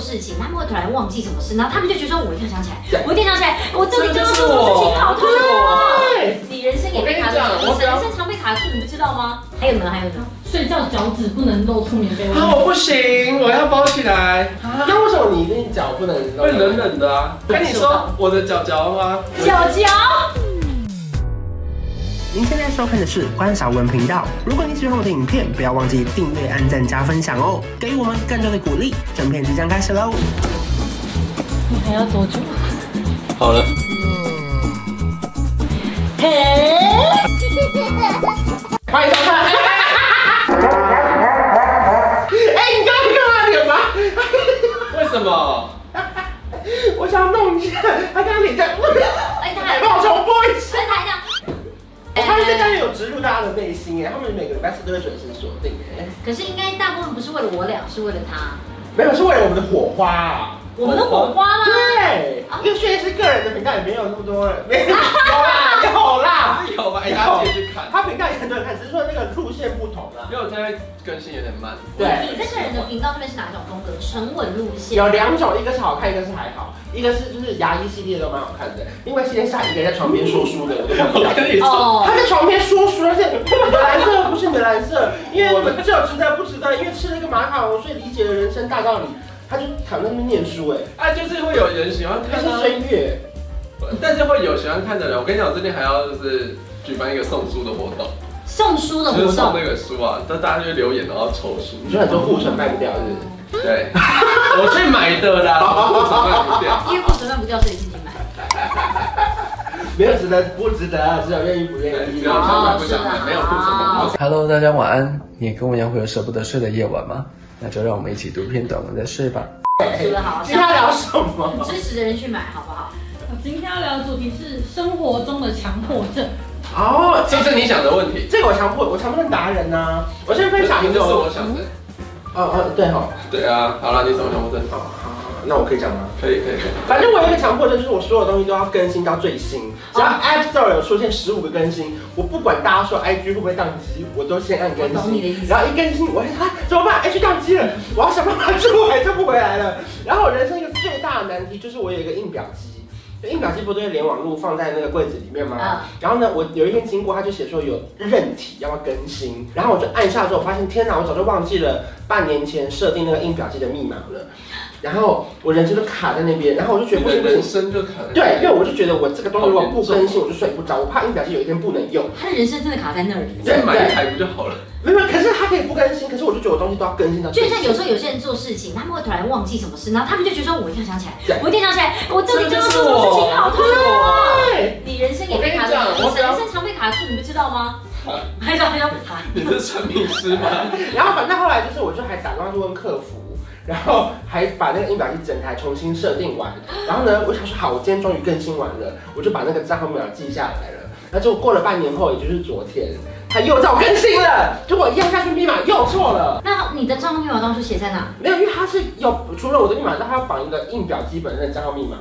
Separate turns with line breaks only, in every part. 事情，他们会突然忘记什么事，然后他们就觉得说我一定要想起来
对，
我一定要想起来，我这里就要
这就是
做什么事
我
情，好痛啊！
对，
你人生也被卡住
我跟你讲，
你
我只要
人生常被卡住，你不知道吗？还有呢，还有呢，
睡觉脚趾不能露出棉被
啊，
外
我不行，我要包起来。
那为什么你一定脚不能
会冷冷的啊。跟你说，我的脚脚吗？
脚脚。
您现在收看的是关少文频道。如果你喜欢我的影片，不要忘记订阅、按赞、加分享哦，给予我们更多的鼓励。整片即将开始喽！
你还要多久？
好了，欢迎收看。哎，哎你刚刚干嘛脸吗？为什么？我想弄一下，他刚刚脸在，
哎，他还，
帮我重播一下。
哎，他还这样。
哎
他们
哎
在家里有植入大家的内心哎，他们每个礼拜四都会准时锁定哎，
可是应该大部分不是为了我俩，是为了他。
没有是为了我们的火花啊，
我们的火花啦
对，因为虽然是个人的频道，也没有那么多人， 没有啦，有啦，
是有吧？哎，大家自己去看，
他频道也很多人看，只是说那个路线不同啊。
因为我现在更新有点慢。
对
你这个人的频道这边是哪一种风格？沉稳路线。
有两种，一个是好看，一个是还好，一个是就是牙医系列都蛮好看的，另外系列下一个人在床边说书的，我都看不
我
了。
跟你说，
哦
他，在床边说书，而且你的蓝色不是你的蓝色，因为我们只有吃的不知道，因为吃了一个马卡龙，所以理解了人生大道理。他就躺在那边念书，哎，
啊，就是会有人喜欢
他
看
是
啊，
孙悦，
但是会有喜欢看的人。我跟你讲，我最近还要就是举办一个送书的活动，
送书的
就是
活
送
动。
那个书啊，就大家就留言然后抽书。
你说很多护城卖不掉是不是？
对，我去买的啦，我怎么卖不掉？
因为不准备不掉，所以自己买。
没有值得不值得，只有愿意不愿
对
意
只。有想买不想买，没有不什么。
Hello，大家晚安。你也跟我一样会有舍不得睡的夜晚吗？那就让我们一起读篇短文再睡吧。
说的好，
今天要聊什么？
支持的人去买，好不好？
我今天要聊的主题是生活中的强迫症。
哦，
是不是你想的问题？
这个我强迫，我强迫症达人呐。我先分享一
这
个
是
我，
我想的。
哦哦，对哈，
对啊，好了，你怎么想不
哦，好好，好那我可以讲吗？
可以可以可以。
反正我有一个强迫症，就是我所有东西都要更新到最新。
哦
只要 App Store 有出现十五个更新，我不管大家说 IG 会不会宕机，我都先按更
我懂你的意
新
思。
然后一更新，我会啊怎么办？H 宕机了，我要想办法 救回救不回来了。然后我人生一个最大的难题就是我有一个印表机。印表机不都会连网路放在那个柜子里面吗？
嗯
然后呢，我有一天经过，他就写说有韧体要更新，然后我就按下之后，我发现天哪，我早就忘记了半年前设定那个印表机的密码了，然后我人生就卡在那边，然后我就觉得
你
不
的
行不
人
行，
生就可能
对，因为我就觉得我这个东西如果不更新，我就睡不着，我怕印表机有一天不能用。
他的人生真的卡在那儿，
你再买一台不就好了？
没有，可是它可以不更新，可是我就觉得我东西都要更新到
就
最
像
新。
有时候有些人做事情，他们会突然忘记什么事，然后他们就觉得说我一定要想起来
对，
我一定要想起来，我这里就要
这
做什
就是
么事
我
情，好痛啊！
对，
你人生也被卡住，
我跟你讲
你
我只要
人生常被卡住，你不知道吗？还有还有，啊
你是算命师吗？
然后反正后来就是，我就还打电话去问客服。然后还把那个印表机整台重新设定完，然后呢，我想说好，我今天终于更新完了，我就把那个账号密码记下来了。那结果过了半年后，也就是昨天，它又叫我更新了，结果一按下去密码又错了。
那你的账户密码当初写在哪？
没有，因为它是要除了我的密码，它还要绑一个印表基本的账号密码，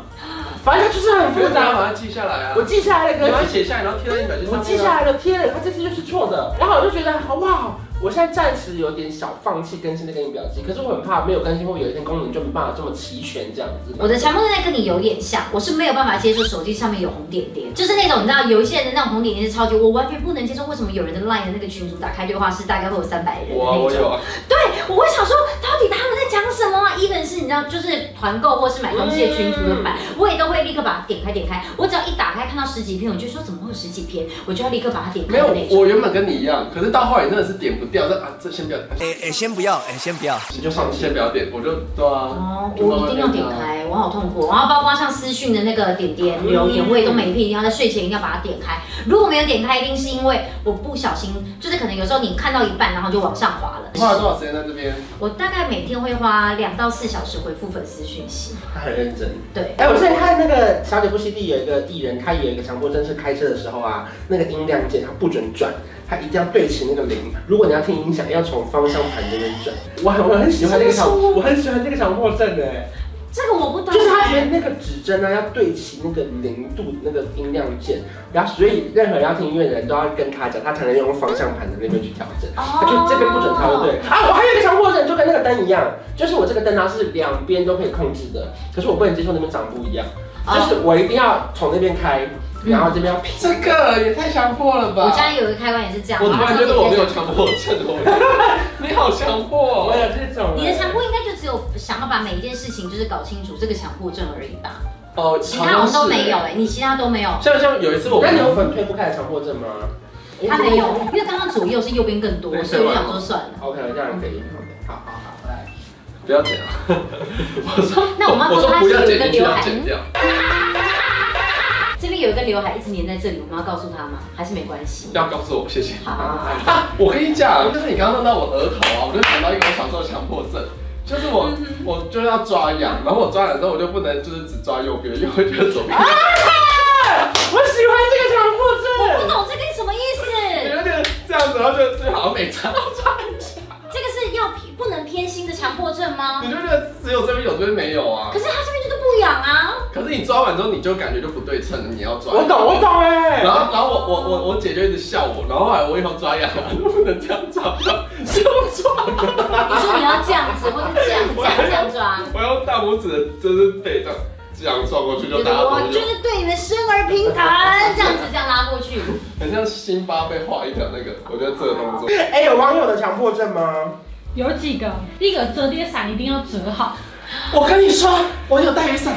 反正它就是 很
不
复
是大家
杂。
把它记下来啊
我。记下来了，
你把
可
它
是
写下来，然后贴在你表情
我
上
记
面
下
啊。
来了，贴了，它这次就是错的。然后我就觉得哇，我现在暂时有点小放弃更新那个印表机，可是我很怕没有更新后有一天功能就没办法这么齐全这样子。
我的强迫症在跟你有点像，我是没有办法接受手机上面有红点点，就是那种你知道有一些人的那种红点点是超级，我完全不能接受。为什么有人的 LINE 的那个群组打开对话室大概会有三百人的
我啊
那
我有
种？
啊，
对，我会想说到底他们在讲什么啊？even 是你知道就是团购或是买东西的群组的版，我也都会立刻把它点开点开。我只要一打开看到十几篇，我就说怎么会有十几篇，我就要立刻把它点
没
开
有
的那，种。
我原本跟你一样，可是到后来真的是点不掉，这啊这先不要，
哎哎，先不要，哎，先不要。
你
就上先不要点，我就对啊，
哦，我一定要点开，我好痛苦。然后包括像私讯的那个点点留言，我也都每一篇一定要在睡前一定要把它点开。如果没有点开，一定是因为我不小心，就是可能有时候你看到一半，然后就往上滑
花了
了。
多少时间在这边？
我大概每天会花两到四小时回复粉丝讯息。
他很认真。
对，
哎，我之前看那个《小姐不吸地》有一个艺人，他有一个强迫症，是开车的时候啊，那个音量键他不准转，他一定要对齐那个零。如果你要听音响，要从方向盘这边转。我很我很喜欢这个强，我很喜欢这个强迫症哎。
这个我不懂。
就是他觉得那个指针呢要对齐那个零度的那个音量键，然后所以任何要听音乐的人都要跟他讲，他才能用方向盘的那边去调整。
哦
他就这边不准调就
哦
对啊！我还有一个强迫症，就跟那个灯一样，就是我这个灯呢是两边都可以控制的，可是我不能接受那边长不一样，
哦
就是我一定要从那边开，然后这边要平。
这个也太强迫了
我
吧！
家里有一个开关也是这样。
我突然觉得我没有
然后
强迫症哦， 你好强迫
我
哦！
有这种。欸
你的强迫应该就只有想要把每一件事情就是搞清楚这个强迫症而已吧？
哦，
其他好像都没有
好
哎、你其他都没有。
像像有一次我
那
们
你有粉推不开的强迫症吗？
他没有，因为刚刚左右是右边更多，
对
所以我想说算了。
OK，这样可以。好好好，来。
不要 剪啊！我说
那我妈
我
说
说
她
不
是
要
有一
剪
个
进去，
刘
要
海，
剪掉。
这边有一个刘海一直粘在这里，我妈告诉她吗？还是没关 系？
要告诉我，谢谢。
好，
我跟你讲，就是你刚刚弄到我额头啊，我就想到一个我小时候的强迫症，就是我
嗯
我就是要抓痒，然后我抓痒之后我就不能就是只抓右边，因为我觉得左
啊
边
我喜欢这个强迫
不懂这个什么意思？
有点这样子，然后就就好像没抓到抓一下，
这个是要偏不能偏心的强迫症吗
你？就觉得只有这边有这边没有
啊
啊
可。是他这边就是不痒啊。
可是你抓完之后你就感觉就不对称了，你要抓。
我懂，我。懂
哦
哎。
然后，然后我我我我姐就一直笑我，然后后来我以后抓痒了，不能这样抓， 这样抓，
你说你要这样子，或者这样子，这样这样抓。
我用大拇指的就是背这样这样撞过去就打到
我
左
就
右，
是对你们生而平等，这样子这样拉过去。
很像辛巴被画一条那个，我觉得这个动作。
哎，有网友的强迫症吗？
有几个，第一个折叠伞一定要折好，
我跟你说，我有带雨 伞。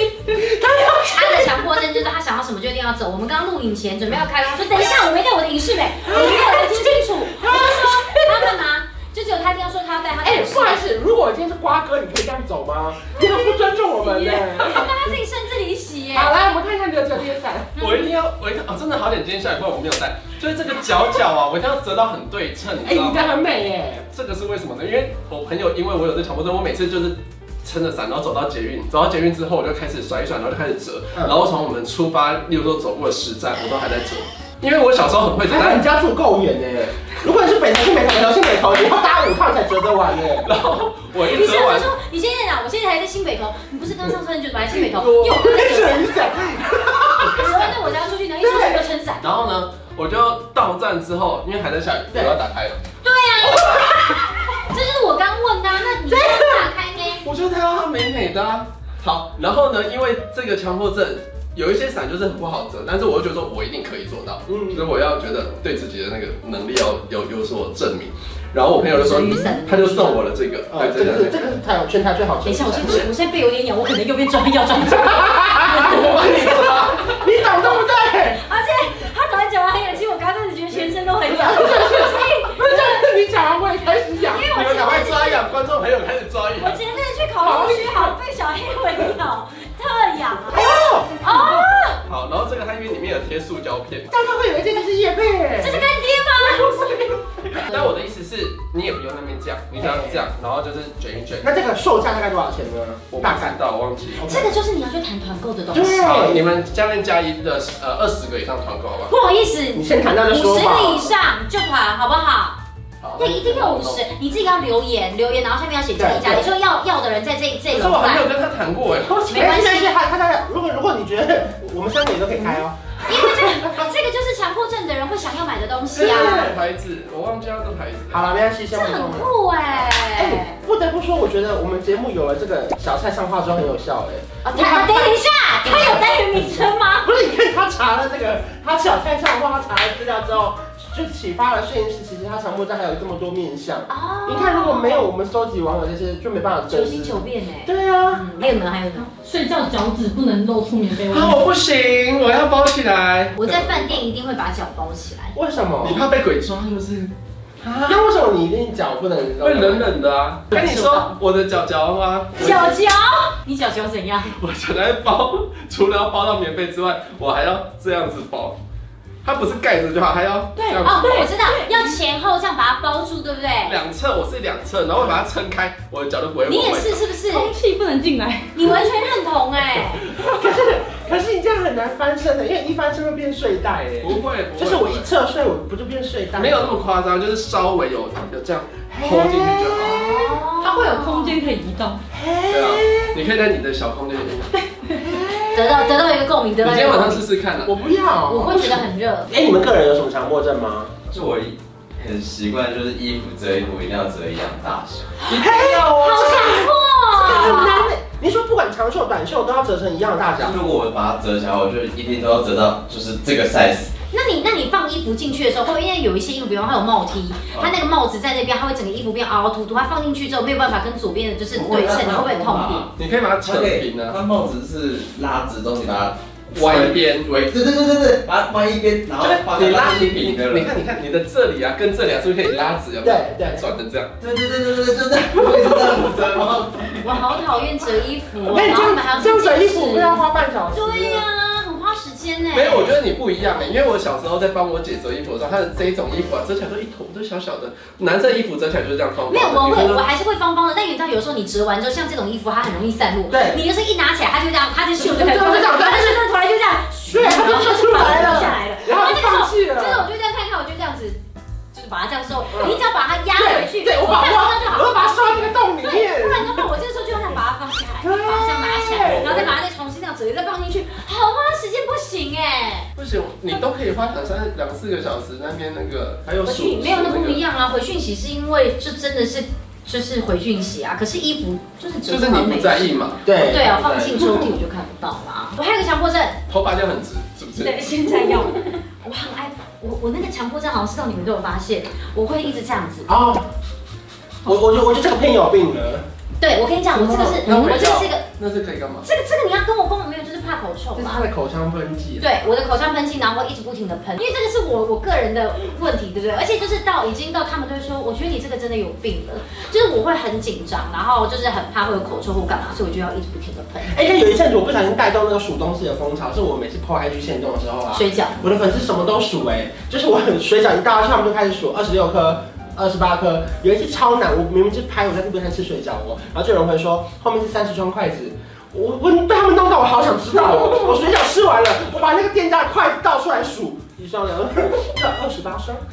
他的强迫症就是他想要什么就一定要走。我们刚刚录影前准备要开工，说等一下我没带我的影视美，我没有听清楚。我就说他干嘛？就只有他一定要说他要带他的
哎
影，视
不好意
美。
思，如果我今天是瓜哥，你可以这样走吗？你都不尊重我们 呢。
他他自己甚至离席耶。
好，来我们看一下你的折叠伞。
我一定要，我一定哦，真的好点，今天下雨，不然我没有带。就是这个角角啊，我一定要折到很对称，你
哎，
知道
你
吗？
的很美耶。
这个是为什么呢？因为我朋友，因为我有这强迫症，我每次就是撑着伞，然后走到捷运，走到捷运之后，我就开始甩一甩，然后就开始折，
嗯
然后从我们出发，例如说走过十站，我都还在折。因为我小时候很会折，
还好
但
哎你家住够远呢。如果你是北头，去北头，北头去北头，你要搭五趟才折得完呢。
我一
你是
折
不
完
是，说你现在哪？我现在还在新北投，你不 是刚上车你就来新 北投，
我
又跟
跟
着
折
伞，
雨 伞。
十万对我家出去，然后一出去就撑伞。
然后呢，我就到站之后，因为还在下雨，我
对
要打开了。
对啊，这就是我刚问的啊，那你要打开呢？
我觉得它要美美的、啊。好，然后呢，因为这个强迫症，有一些伞就是很不好折，但是我又觉得说我一定可以做到，
嗯
所以我要觉得对自己的那个能力要有有所证明。然后我朋友就说嗯
雨伞，
他就送我了哦这个，
啊，
对
这
对
个是这
对。
个是台全台最好
等
折的
一下，我
伞。
先去，我现在背有点痒，我可能右边抓要抓住。
我帮你折，你懂对不对？
而且他刚才讲完很有，其实我刚开始觉得全身都很 痒，
不是，这你讲完我也开始痒。
因为我
你们
前
赶快
阵子
抓痒，观众朋友开始
我
抓痒。
前阵子去考公区，好被小黑围咬，特痒啊！哦，
好，然后这个它因为里面有贴塑胶片，
大家会有一件就是叶
这
配
是。干爹吗？
但我的意思是，你也不用那边这样，你只要这样，然后就是卷一卷。
那这个售价大概多少钱呢？
我不
大
知
概。
道，我忘记。
这个就是你要去谈团购的东西。
好，你
对，
们下面加一的呃二十个以上团购好不好？
不好意思，
你先谈到
五
再
十
说吧。
个以上就团，好不好？
好
对，一定要五十，你自己要留言留言，然后下面要写建议价。你说要要的人在这这
可
一
是
楼
我还没
办，
有跟他谈过哎。
没关系
但是他他他，如果如果你觉得我们三个也都可以开哦，
因为这个这个就是强迫症的人会想要买的东西啊，
的牌子，我忘记他的牌子。
好了，没关系，
这
先不
很
动了。
酷哎、
哎，不得不说，我觉得我们节目有了这个小菜上话之后很有效哎。
啊，他等一下，他有单元名称吗？
不是，你看他查了这个，他小菜上话，他查了资料之后，就启发了摄影师，其实他强迫症还有这么多面向。
哦
你看，如果没有我们收集网友这些，就没办法
九
证
心
实。
九变哎、
对啊。
嗯，还有呢，还有呢，
睡觉脚趾不能露出棉被
啊，
外。
我不行，我要包起来。
我在饭店一定会把脚包起来。
为什么
你？怕被鬼抓是不是？ 啊
那为什么你一定脚不能露
会冷？冷的啊。跟你
是吧
说，我的脚脚啊，我
脚脚，你脚脚怎样？
我脚脚要包，除了要包到棉被之外，我还要这样子包。它不是盖着就好，还要这样子
哦，我
包。
知道，要前后这样把它包住，对不对？
两侧我是两侧，然后我把它撑开，我的脚就不会。
你也是，。是不
哦
是？
空气不能进来，
你完全认同哎、
可是可是你这样很难翻身的，因为一翻身会变睡袋哎。
不会，不会
就是我
不
一
会
侧睡，我不就变睡袋？
没有那么夸张，就是稍微有有这样拖进去就好。
哦
它会有空间可以移动。
对啊，你可以在你的小空间里面。
得到得到一个共鸣，得
你
到
今
一个
天晚
共
上
鸣，
试试看啊。
我不要。
我会觉得很热。
哎，你们个人有什么强迫症吗？
就我一很习惯，就是衣服折一股一定要折一样大小。
没有
好
啊，
强迫
很
哦！
难。你说不管长袖短袖都要折成一样大小
但，如果我把它折起来，我就一定都要折到就是这个 size。
那你那你放衣服进去的时候，会不会因为有一些衣服，比方它有帽梯，它那个帽子在那边，它会整个衣服变凹凹凸凸，它放进去之后没有办法跟左边的就是对
哦
称，你会不会很痛苦？
你可以把它
它
扯
可以
平啊，
它帽子是拉直之后，你把它
歪一，边。
对对对对对，把它弯一边，然后把
就是
它
你拉
拉
你
一
你
平的
你
了。
看你看你的这里啊，跟这里啊，是不是可以拉直？有没有
对对
转成这样。
对对对对对，就这样，就是这样子折。然后
我好讨厌折衣服哦，
我跟你
然
哎这
后你们还要
样这样折衣服，
去
不要花半小时。
对呀、很花时间呢。
没有，我觉得你不一样哎，因为我小时候在帮我姐折衣服的时候，她的这一种衣服啊，折起来都一坨，都小小的。男生衣服折起来就是这样方方
没
的。
有，我
女
会
生
我
呢
还是会方方的，但你知道有时候你折完之后，像这种衣服它很容易散落，
对
你就是一拿起来，它就这样，它就咻就开始，
对我就这样
它就突然就这样，
对它就
然后
出来了
然后就下来了，
然后就放弃了
就是我就这样看看，我就这样子，就是把它这样收，你只要把它压回去，
对对我把
你看
我
它就好
我要把它收到那个洞里面
对，不。然的话，我这个时候就要再把它放下来，
对
把它这样拿起来，然后再把它再重新这样折叠，再放进去，好花时间，不行哎。
不行，你都可以花两三两四个小时在那边那个，还有
回
数
去没有那
数
不一样啊，回讯息是因为就真的是就是回讯息啊，可是衣服就是折
就
不
是
完
你
美
不。在意嘛，
对
对啊，放进抽屉我就看不到啦。我还有个强迫症，
头发就很直，是不是？
对，现在要，我很爱我我那个强迫症好像是到你们都有发现，我会一直这样子。
哦，我我就我就这个偏有病了。
对，我跟你讲，我这个是
那
我
味
这
道
个是一个
那是可以干嘛？
这个这个你要跟我共鸣没有，就是怕口臭
这是
嘛
他。的口腔喷剂。
对，我的口腔喷气，然后一直不停的喷，因为这个是我我个人的问题，对不对？而且就是到已经到他们都会说，我觉得你这个真的有病了，就是我会很紧张，然后就是很怕会有口臭或干嘛，所以我就要一直不停的喷
哎，但有一阵子我不小心带动那个数东西的风潮，是我每次 PO IG 限动的时候啊，
水饺。
我的粉丝什么都数哎、就是我很水饺一大串，他们就开始数二十六颗。二十八颗，有一次超难，我明明是拍我在路边摊吃水饺哦，然后就有人会说后面是三十双筷子，我我被他们弄到我好想知道哦，我水饺吃完了，我把那个店家的筷子倒出来数，一双两双，二十八双。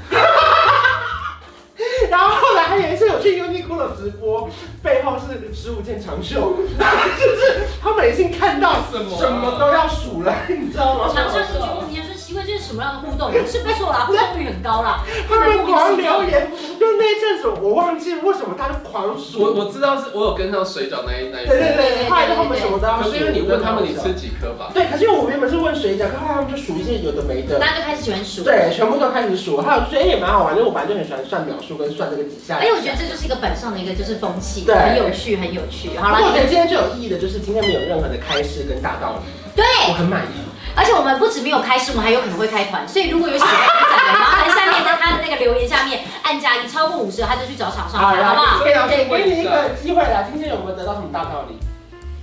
然后后来还有一次我去 Uniqlo 直播，背后是十五件长袖， 然后就是他们已经看到
什么啊
什么都要数了，你知道吗？
常上一句问题，说奇怪这是什么样的互动？是不错啦，互动率很高啦。
他们狂留言，就那一阵子我忘记为什么他就狂数。
我我知道是我有跟上水饺那一那一
对
波，
对对，后来就他们什么都要
可
数。
是因为你问他们你吃几颗吧，
对，可是因为我原本是问水饺，可后来他们就数一些有的没的。
大家就开始喜欢数。
对，全部都开始数，还有觉得哎也蛮好玩，因为我本来就很喜欢算秒数跟算这个几下。
而且哎我觉得这就是一个本上的一个就是风气，
对
很有趣，很有趣。好
不过我
了，
觉得今天最有意义的就是今天没有任何的开示跟大道理，
对，
我很满意。
而且我们不止没有开始，我们还有可能会开团，所以如果有喜欢分享的，麻烦下面在他的那个留言下面按加一，超过五十他就去找厂商
好，
谈，好
啊然
不好
后？
非常
给
不
给你一
稳
个机会啦，今天有没有得到什么大道理？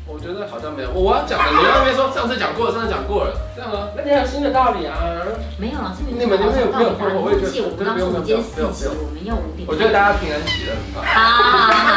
我觉得好像没有。我要讲的，你那边说上次讲过了，上次讲过了，这样啊？
那你还有新的道理啊？
没有了，这边
你们你们有没有
我
我也
忘
觉得
记我们刚说我们今天四集，我们要五点。
我觉得大家平安喜乐吧。
啊。